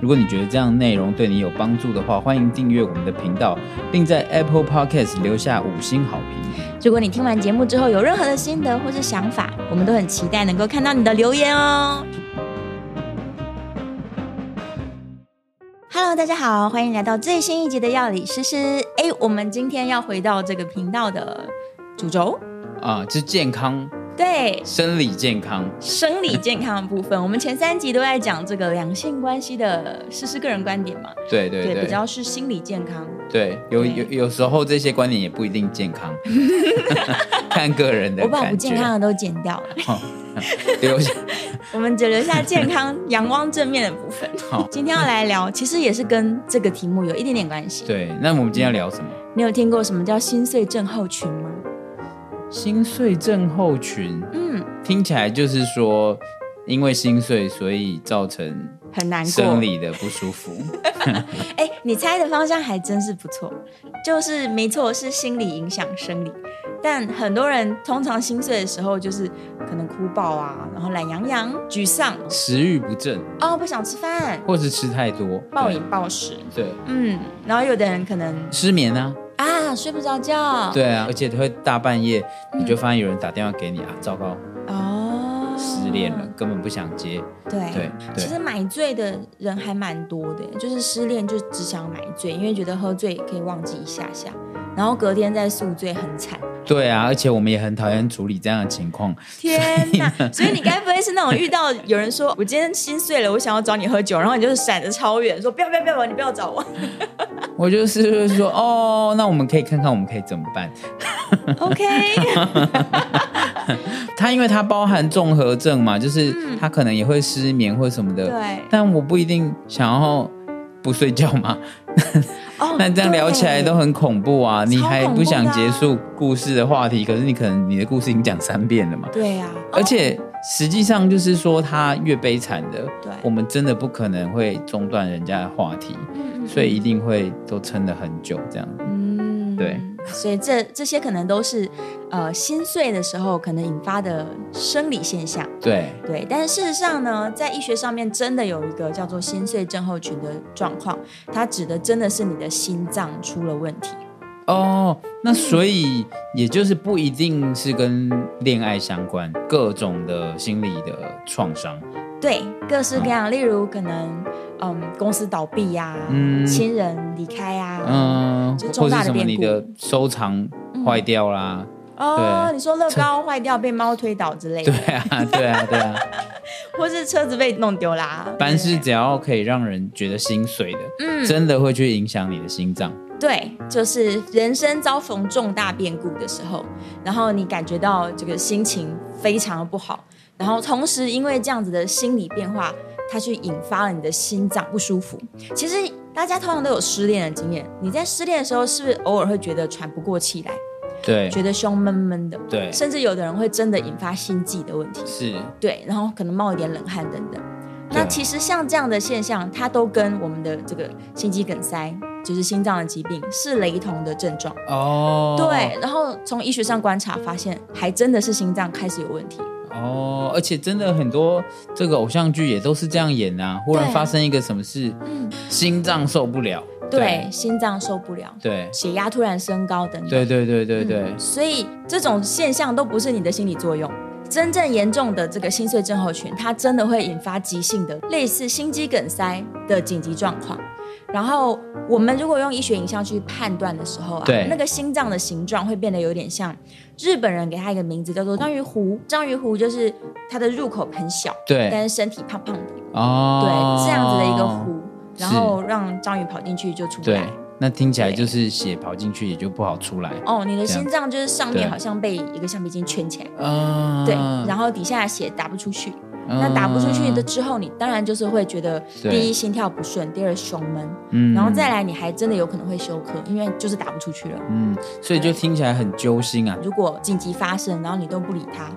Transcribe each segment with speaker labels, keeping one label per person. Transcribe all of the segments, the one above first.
Speaker 1: 如果你觉得这样内容对你有帮助的话，欢迎订阅我们的频道，并在 Apple Podcast 留下五星好评。
Speaker 2: 如果你听完节目之后有任何的心得或是想法，我们都很期待能够看到你的留言哦。Hello，大家好，欢迎来到最新一集的药理诗诗。哎，我们今天要回到这个频道的主轴，
Speaker 1: 啊，这健康，
Speaker 2: 对
Speaker 1: 生理健康，
Speaker 2: 生理健康的部分。我们前三集都在讲这个两性关系的诗诗个人观点嘛，
Speaker 1: 对对
Speaker 2: 比
Speaker 1: 对
Speaker 2: 较是心理健康。
Speaker 1: 对，有
Speaker 2: 对
Speaker 1: 有有时候这些观点也不一定 健康，看个人的
Speaker 2: 我把
Speaker 1: 感觉。
Speaker 2: 不健康的都剪掉了，
Speaker 1: 留下
Speaker 2: 我们只留下健康、 阳光、正面的部分。
Speaker 1: 好。
Speaker 2: 今天要来聊，其实也是跟这个题目有一点点关系。
Speaker 1: 对，那我们今天要聊什么？
Speaker 2: 你有听过什么叫心碎症候群吗？
Speaker 1: 心碎症候群
Speaker 2: 嗯，
Speaker 1: 听起来就是说，因为心碎，所以造成
Speaker 2: 很难
Speaker 1: 生
Speaker 2: 过。
Speaker 1: 理的不舒服。
Speaker 2: 哎，你猜的方向还真是不错，就是没错，是心理影响生理。但很多人通常心碎的时候，就是可能哭爆啊，然后懒洋洋、沮丧，
Speaker 1: 食欲不振，
Speaker 2: 哦，不想吃饭，
Speaker 1: 或是吃太多，
Speaker 2: 暴饮暴食。
Speaker 1: 对，对，
Speaker 2: 嗯，然后有的人可能
Speaker 1: 失眠啊，
Speaker 2: 啊睡不着觉，，
Speaker 1: 对啊，而且会大半夜，你就发现有人打电话给你啊，糟糕，
Speaker 2: 哦，
Speaker 1: 失恋了，，根本不想接，
Speaker 2: 对
Speaker 1: 对
Speaker 2: 其
Speaker 1: 对
Speaker 2: 实买醉的人还蛮多的，就是失恋就只想买醉，因为觉得喝醉可以忘记一下下，然后隔天再宿醉很惨。
Speaker 1: 对啊，而且我们也很讨厌处理这样的情况，
Speaker 2: 天哪！所以你该不会是那种遇到有人说我今天心碎了，我想要找你喝酒，然后你就是闪着超远说不要不要不要，你不要找我。
Speaker 1: 我就是会说哦，那我们可以看看我们可以怎么办。
Speaker 2: OK，
Speaker 1: 它因为它包含综合症嘛，就是它可能也会失眠或什么 的，
Speaker 2: 嗯对
Speaker 1: 但我不一定想要不睡觉 嘛，
Speaker 2: 哦
Speaker 1: 那这样聊起来都很恐怖啊！你
Speaker 2: 超
Speaker 1: 还
Speaker 2: 恐
Speaker 1: 不
Speaker 2: 怖的
Speaker 1: 想
Speaker 2: 啊
Speaker 1: 结束故事的话题，可是你可能你的故事已经讲三遍了嘛。
Speaker 2: 对对啊，
Speaker 1: 而且实际上就是说，他越悲惨的，
Speaker 2: 对
Speaker 1: 我们真的不可能会中断人家的话题，
Speaker 2: 嗯
Speaker 1: 所以一定会都撑了很久这样。
Speaker 2: 嗯，
Speaker 1: 对。
Speaker 2: 所以这这些可能都是，呃，心碎的时候可能引发的生理现象。
Speaker 1: 对，
Speaker 2: 对，但是事实上呢，在医学上面真的有一个叫做心碎症候群的状况，它指的真的是你的心脏出了问题。
Speaker 1: 哦，
Speaker 2: 嗯
Speaker 1: 那所以也就是不一定是跟恋爱相关，各种的心理的创伤，
Speaker 2: 对，各式各样，例如可能嗯公司倒闭呀、
Speaker 1: 嗯
Speaker 2: 亲人离开呀、
Speaker 1: 嗯，
Speaker 2: 就
Speaker 1: 或
Speaker 2: 重
Speaker 1: 是
Speaker 2: 大
Speaker 1: 什
Speaker 2: 的
Speaker 1: 么
Speaker 2: 变
Speaker 1: 你
Speaker 2: 故
Speaker 1: 的收藏坏掉啦，
Speaker 2: 哦，
Speaker 1: 对
Speaker 2: 你说乐高坏掉被猫推倒之类
Speaker 1: 对
Speaker 2: 的，
Speaker 1: 啊，对 啊，对啊，
Speaker 2: 或是车子被弄丢啦，
Speaker 1: 凡
Speaker 2: 对
Speaker 1: 是
Speaker 2: 不对
Speaker 1: 只要可以让人觉得心碎的，
Speaker 2: 嗯
Speaker 1: 真的会去影响你的心脏。
Speaker 2: 对，就是人生遭逢重大变故的时候，然后你感觉到这个心情非常的不好，然后同时因为这样子的心理变化，它去引发了你的心脏不舒服。其实大家通常都有失恋的经验，你在失恋的时候是不是偶尔会觉得喘不过气来，
Speaker 1: 对，
Speaker 2: 觉得胸闷闷的？
Speaker 1: 对
Speaker 2: 甚至有的人会真的引发心悸的问题。
Speaker 1: 是，
Speaker 2: 对，然后可能冒一点冷汗等等。
Speaker 1: 对啊
Speaker 2: 那其实像这样的现象，它都跟我们的这个心肌梗塞，就是心脏的疾病，是雷同的症状。
Speaker 1: 哦，
Speaker 2: 对，然后从医学上观察发现，还真的是心脏开始有问题。
Speaker 1: 哦，而且真的很多这个偶像剧也都是这样演啊，忽然
Speaker 2: 对
Speaker 1: 发生一个什么事，
Speaker 2: 嗯，
Speaker 1: 心脏受不了，
Speaker 2: 对，心脏受不了，
Speaker 1: 对
Speaker 2: 血压突然升高等等。
Speaker 1: 对对对对对
Speaker 2: 嗯所以这种现象都不是你的心理作用。真正严重的这个心碎症候群，它真的会引发急性的类似心肌梗塞的紧急状况。然后我们如果用医学影像去判断的时候啊，
Speaker 1: 对
Speaker 2: 那个心脏的形状会变得有点像日本人给它一个名字叫做章鱼湖。章鱼湖就是它的入口很小，
Speaker 1: 对，
Speaker 2: 但是身体胖胖的，
Speaker 1: 哦，
Speaker 2: 对，这样子的一个湖，
Speaker 1: 是
Speaker 2: 然后让章鱼跑进去就出不
Speaker 1: 对
Speaker 2: 来。，
Speaker 1: 那听起来
Speaker 2: 对
Speaker 1: 就是血跑进去也就不好出来，
Speaker 2: 哦，你的
Speaker 1: 这样
Speaker 2: 心脏就是上
Speaker 1: 对
Speaker 2: 面好像被一个橡皮筋圈起来。
Speaker 1: 啊，
Speaker 2: 对，然后底下的血打不出去，那打不出去的
Speaker 1: 嗯
Speaker 2: 之后，你当然就是会觉得，
Speaker 1: 对
Speaker 2: 第一心跳不顺，第二胸闷，
Speaker 1: 嗯
Speaker 2: 然后再来你还真的有可能会休克，因为就是打不出去了。
Speaker 1: 嗯，所以就听起来很揪心啊。
Speaker 2: 如果紧急发生，然后你都不理它，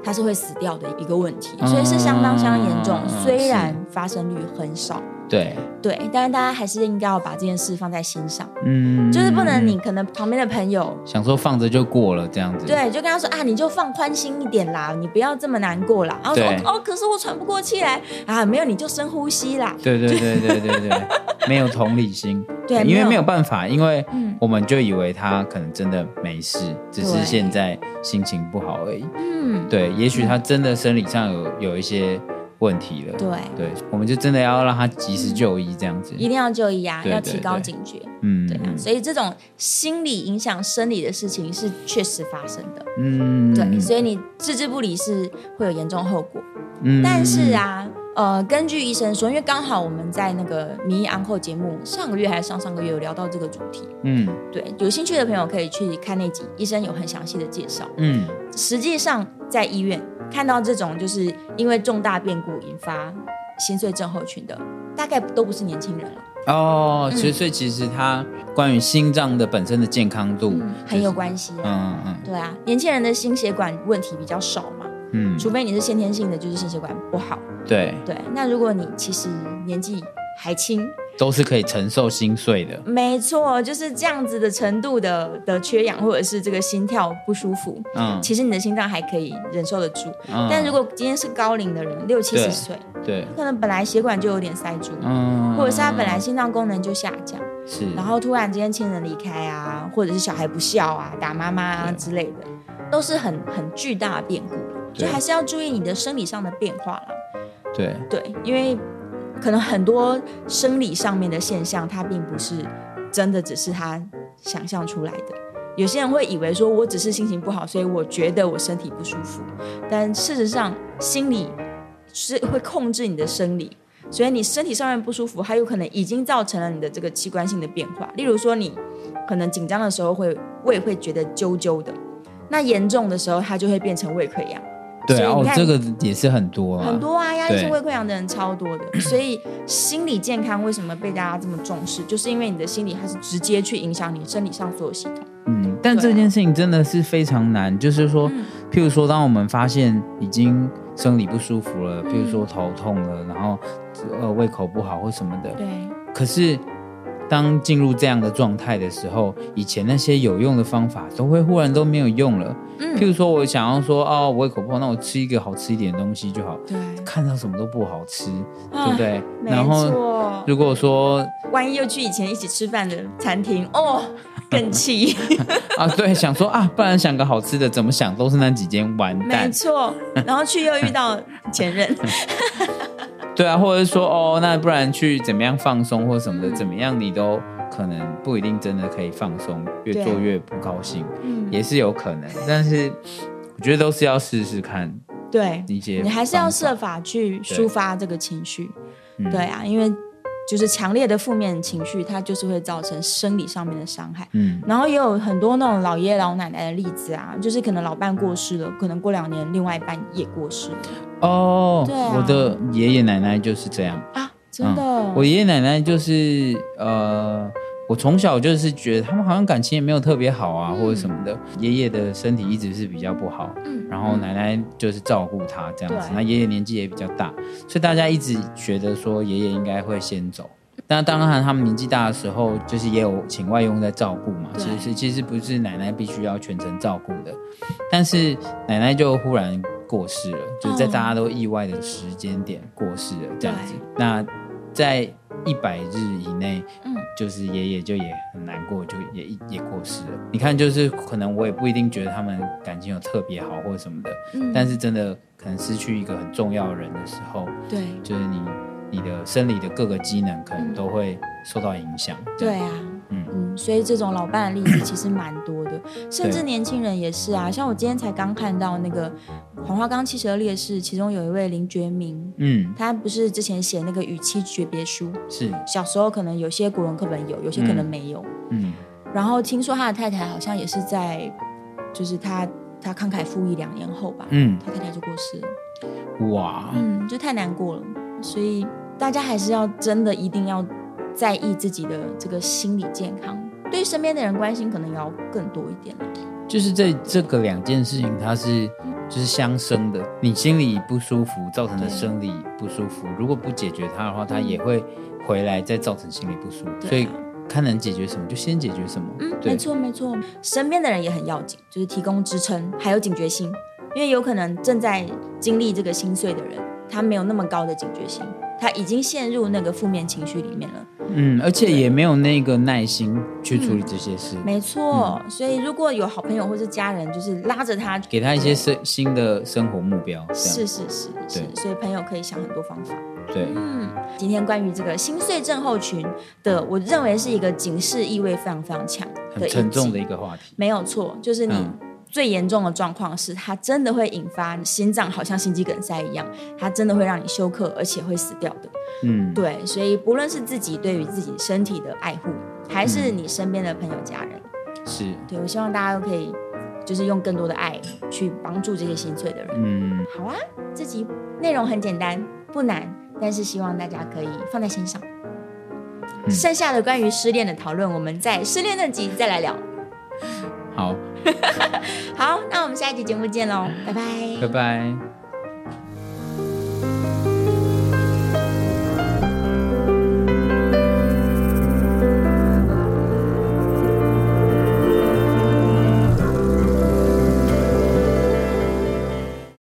Speaker 2: 它是会死掉的一个问题，
Speaker 1: 嗯
Speaker 2: 所以是相当相当严重
Speaker 1: 嗯嗯。嗯
Speaker 2: 虽然发生率很少，
Speaker 1: 对，
Speaker 2: 对，但是大家还是应该要把这件事放在心上，
Speaker 1: 嗯，
Speaker 2: 就是不能你可能旁边的朋友。
Speaker 1: 想说放着就过了这样子。，
Speaker 2: 对，就跟他说啊，你就放宽心一点啦，你不要这么难过啦。然后说
Speaker 1: 对
Speaker 2: 哦哦，可是我喘不过气来啊，没有你就深呼吸啦。
Speaker 1: 对对对对对对，没有同理心。
Speaker 2: 对
Speaker 1: 因为
Speaker 2: 没
Speaker 1: 没
Speaker 2: 有
Speaker 1: 有办法，因为
Speaker 2: 嗯
Speaker 1: 我们就以为他可能真的没事，只是
Speaker 2: 对
Speaker 1: 现在心情不好而已。
Speaker 2: 嗯，
Speaker 1: 对，也许他真的生理上有有一些问题了。
Speaker 2: 对，
Speaker 1: 对，我们就真的要让他及时就医这样子。
Speaker 2: 一定要就医啊，
Speaker 1: 对
Speaker 2: 要
Speaker 1: 对
Speaker 2: 提高
Speaker 1: 对
Speaker 2: 警觉。
Speaker 1: 嗯，
Speaker 2: 对啊，所以这种心理影响生理的事情是确实发生的。
Speaker 1: 嗯，
Speaker 2: 对，所以你置之不理是会有严重后果。
Speaker 1: 嗯
Speaker 2: 但是，啊，呃，根据医生说，因为刚好我们在那个《迷昂后》节目上个月还是上上个月有聊到这个主题，
Speaker 1: 嗯
Speaker 2: 对，有兴趣的朋友可以去看那集，医生有很详细的介绍。
Speaker 1: 嗯
Speaker 2: 实际上在医院看到这种就是因为重大变故引发心碎症候群的，大概都不是年轻人了，
Speaker 1: 哦，
Speaker 2: 嗯
Speaker 1: 所以所以其实他关于心脏的本身的健康度
Speaker 2: 很嗯有
Speaker 1: 系。
Speaker 2: 关系啊。
Speaker 1: 嗯嗯
Speaker 2: 对啊，年轻人的心血管问题比较少嘛，
Speaker 1: 嗯，
Speaker 2: 除非你是先天性的，就是心血管不好。
Speaker 1: 对，
Speaker 2: 对，那如果你其实年纪还轻，
Speaker 1: 都是可以承受心碎的。
Speaker 2: 没错，就是这样子的程度的的缺氧，或者是这个心跳不舒服，
Speaker 1: 嗯，
Speaker 2: 其实你的心脏还可以忍受得住。
Speaker 1: 嗯
Speaker 2: 但如果今天是高龄的人，六七
Speaker 1: 对
Speaker 2: 十岁，
Speaker 1: 对，
Speaker 2: 可能本来血管就有点塞住，
Speaker 1: 嗯，
Speaker 2: 或者是他本来心脏功能就下降，
Speaker 1: 是，
Speaker 2: 然后突然之间亲人离开啊，或者是小孩不孝啊、打妈妈啊
Speaker 1: 对
Speaker 2: 之类的，都是很很巨大的变故，
Speaker 1: 对
Speaker 2: 所以还是要注意你的生理上的变化啦。
Speaker 1: 对，
Speaker 2: 对，因为可能很多生理上面的现象，它并不是真的只是他想象出来的。有些人会以为说我只是心情不好，所以我觉得我身体不舒服，但事实上心理是会控制你的生理，所以你身体上面不舒服，还有可能已经造成了你的这个器官性的变化。例如说你可能紧张的时候会胃会觉得揪揪的，那严重的时候它就会变成胃溃疡。
Speaker 1: 对，
Speaker 2: 所以
Speaker 1: 哦
Speaker 2: 你，看
Speaker 1: 这个也是很多啊，
Speaker 2: 很多啊，压力性
Speaker 1: 对
Speaker 2: 胃溃疡的人超多 的，所以心理健康为什么被大家这么重视，就是因为你的心理它是直接去影响你生理上所有系统。
Speaker 1: 嗯，但
Speaker 2: 对啊
Speaker 1: 这件事情真的是非常难，就是说，譬如说，当我们发现已经生理不舒服了，譬如说头痛了，然后呃胃口不好或什么的，
Speaker 2: 对，
Speaker 1: 可是当进入这样的状态的时候，以前那些有用的方法都会忽然都没有用了。譬
Speaker 2: 嗯，
Speaker 1: 如说，我想要说哦，我胃口不好，那我吃一个好吃一点的东西就好，
Speaker 2: 对，
Speaker 1: 看到什么都不好吃，对
Speaker 2: 啊
Speaker 1: 不对？
Speaker 2: 没
Speaker 1: 然后
Speaker 2: 错。
Speaker 1: 如果说
Speaker 2: 万一又去以前一起吃饭的餐厅，哦，更气。
Speaker 1: 啊，对，想说啊，不然想个好吃的，怎么想都是那几间完 蛋
Speaker 2: 没。错，然后去又遇到前 任，
Speaker 1: 对啊，或者是说哦，那不然去怎么样放松或什么的，怎么样你都可能不一定真的可以放松，越
Speaker 2: 对啊
Speaker 1: 做越不高兴，
Speaker 2: 嗯，
Speaker 1: 也是有可能。但是我觉得都是要试试看
Speaker 2: 对，
Speaker 1: 一些方法，
Speaker 2: 你还是要设法去抒发这个情绪。
Speaker 1: 嗯
Speaker 2: 对啊，因为就是强烈的负面情绪，它就是会造成生理上面的伤害。
Speaker 1: 嗯
Speaker 2: 然后也有很多那种老爷爷老奶奶的例子啊，就是可能老伴过世了，可能过两年另外一半也过世了
Speaker 1: 哦，
Speaker 2: 对啊
Speaker 1: 我的爷爷奶奶就是这样，
Speaker 2: 啊，真的，
Speaker 1: 嗯我爷爷奶奶就是呃。我从小就是觉得他们好像感情也没有特别好啊，
Speaker 2: 嗯
Speaker 1: 或者什么的。爷爷的身体一直是比较不好，
Speaker 2: 嗯
Speaker 1: 然后奶奶就是照顾他这样子，
Speaker 2: 对
Speaker 1: 那爷爷年纪也比较大，所以大家一直觉得说爷爷应该会先走。那当然，他们年纪大的时候，就是也有请外佣在照顾嘛。
Speaker 2: 对
Speaker 1: 其实其实不是奶奶必须要全程照顾的，但是奶奶就忽然过世了，就是在
Speaker 2: 哦
Speaker 1: 大家都意外的时间点过世了这样子
Speaker 2: 对。
Speaker 1: 那在一百日以内，
Speaker 2: 嗯
Speaker 1: 就是爷爷就也很难过，就也也过世了。你看，就是可能我也不一定觉得他们感情有特别好或者什么的，
Speaker 2: 嗯
Speaker 1: 但是真的可能失去一个很重要的人的时候，
Speaker 2: 对
Speaker 1: 就是你你的生理的各个机能可能都会受到影响。
Speaker 2: 嗯对啊。
Speaker 1: 嗯
Speaker 2: 嗯所以这种老伴的例子其实蛮多的，甚至年轻人也是
Speaker 1: 嗯
Speaker 2: 啊。像我今天才刚看到那个《黄花岗七十二烈士》，其中有一位林觉民，
Speaker 1: 嗯，
Speaker 2: 他不是之前写那个《与妻诀别书》，
Speaker 1: 是，
Speaker 2: 小时候可能有些国文课本有，有些可能没有。
Speaker 1: 嗯
Speaker 2: 然后听说他的太太好像也是在，就是他他慷慨赴义两年后吧，
Speaker 1: 嗯，
Speaker 2: 他太太就过世了。
Speaker 1: 哇，
Speaker 2: 嗯，就太难过了。所以大家还是要真的一定要在意自己的这个心理健康，对身边的人关心可能也要更多一点了。
Speaker 1: 就是这这个两件事情，它是就是相生的。你心里不舒服造成的
Speaker 2: 对
Speaker 1: 生理不舒服，如果不解决它的话，它也会回来再造成心理不舒服。所
Speaker 2: 对
Speaker 1: 以
Speaker 2: 啊
Speaker 1: 看能解决什么就先解决什么。
Speaker 2: 嗯，
Speaker 1: 对
Speaker 2: 没错没错，身边的人也很要紧，就是提供支撑，还有警觉心，因为有可能正在经历这个心碎的人，他没有那么高的警觉心，他已经陷入那个负面情绪里面了。
Speaker 1: 嗯，而且也没有那个耐心去处理这些事，
Speaker 2: 嗯没错，
Speaker 1: 嗯
Speaker 2: 所以如果有好朋友或是家人，就是拉着他，
Speaker 1: 给他一些生新的生活目标。这
Speaker 2: 是
Speaker 1: 样
Speaker 2: 是是是
Speaker 1: 对，
Speaker 2: 所以朋友可以想很多方法。
Speaker 1: 对，
Speaker 2: 嗯，今天关于这个心碎症候群的，我认为是一个警示意味非常非常强的
Speaker 1: 很
Speaker 2: 一
Speaker 1: 沉重
Speaker 2: 集
Speaker 1: 的一个话题。
Speaker 2: 没有错，就是你
Speaker 1: 嗯
Speaker 2: 最严重的状况是，它真的会引发心脏好像心肌梗塞一样，它真的会让你休克，而且会死掉的。
Speaker 1: 嗯，
Speaker 2: 对，所以不论是自己对于自己身体的爱护，还是
Speaker 1: 嗯
Speaker 2: 你身边的朋友家人，
Speaker 1: 是，
Speaker 2: 对我希望大家都可以就是用更多的爱去帮助这些心碎的人。
Speaker 1: 嗯，
Speaker 2: 好啊，这集内容很简单，不难，但是希望大家可以放在心上。
Speaker 1: 嗯
Speaker 2: 剩下的关于失恋的讨论，我们在失恋那集再来聊。
Speaker 1: 好，
Speaker 2: 好，那我们下一期节目见喽，拜拜
Speaker 1: 拜拜。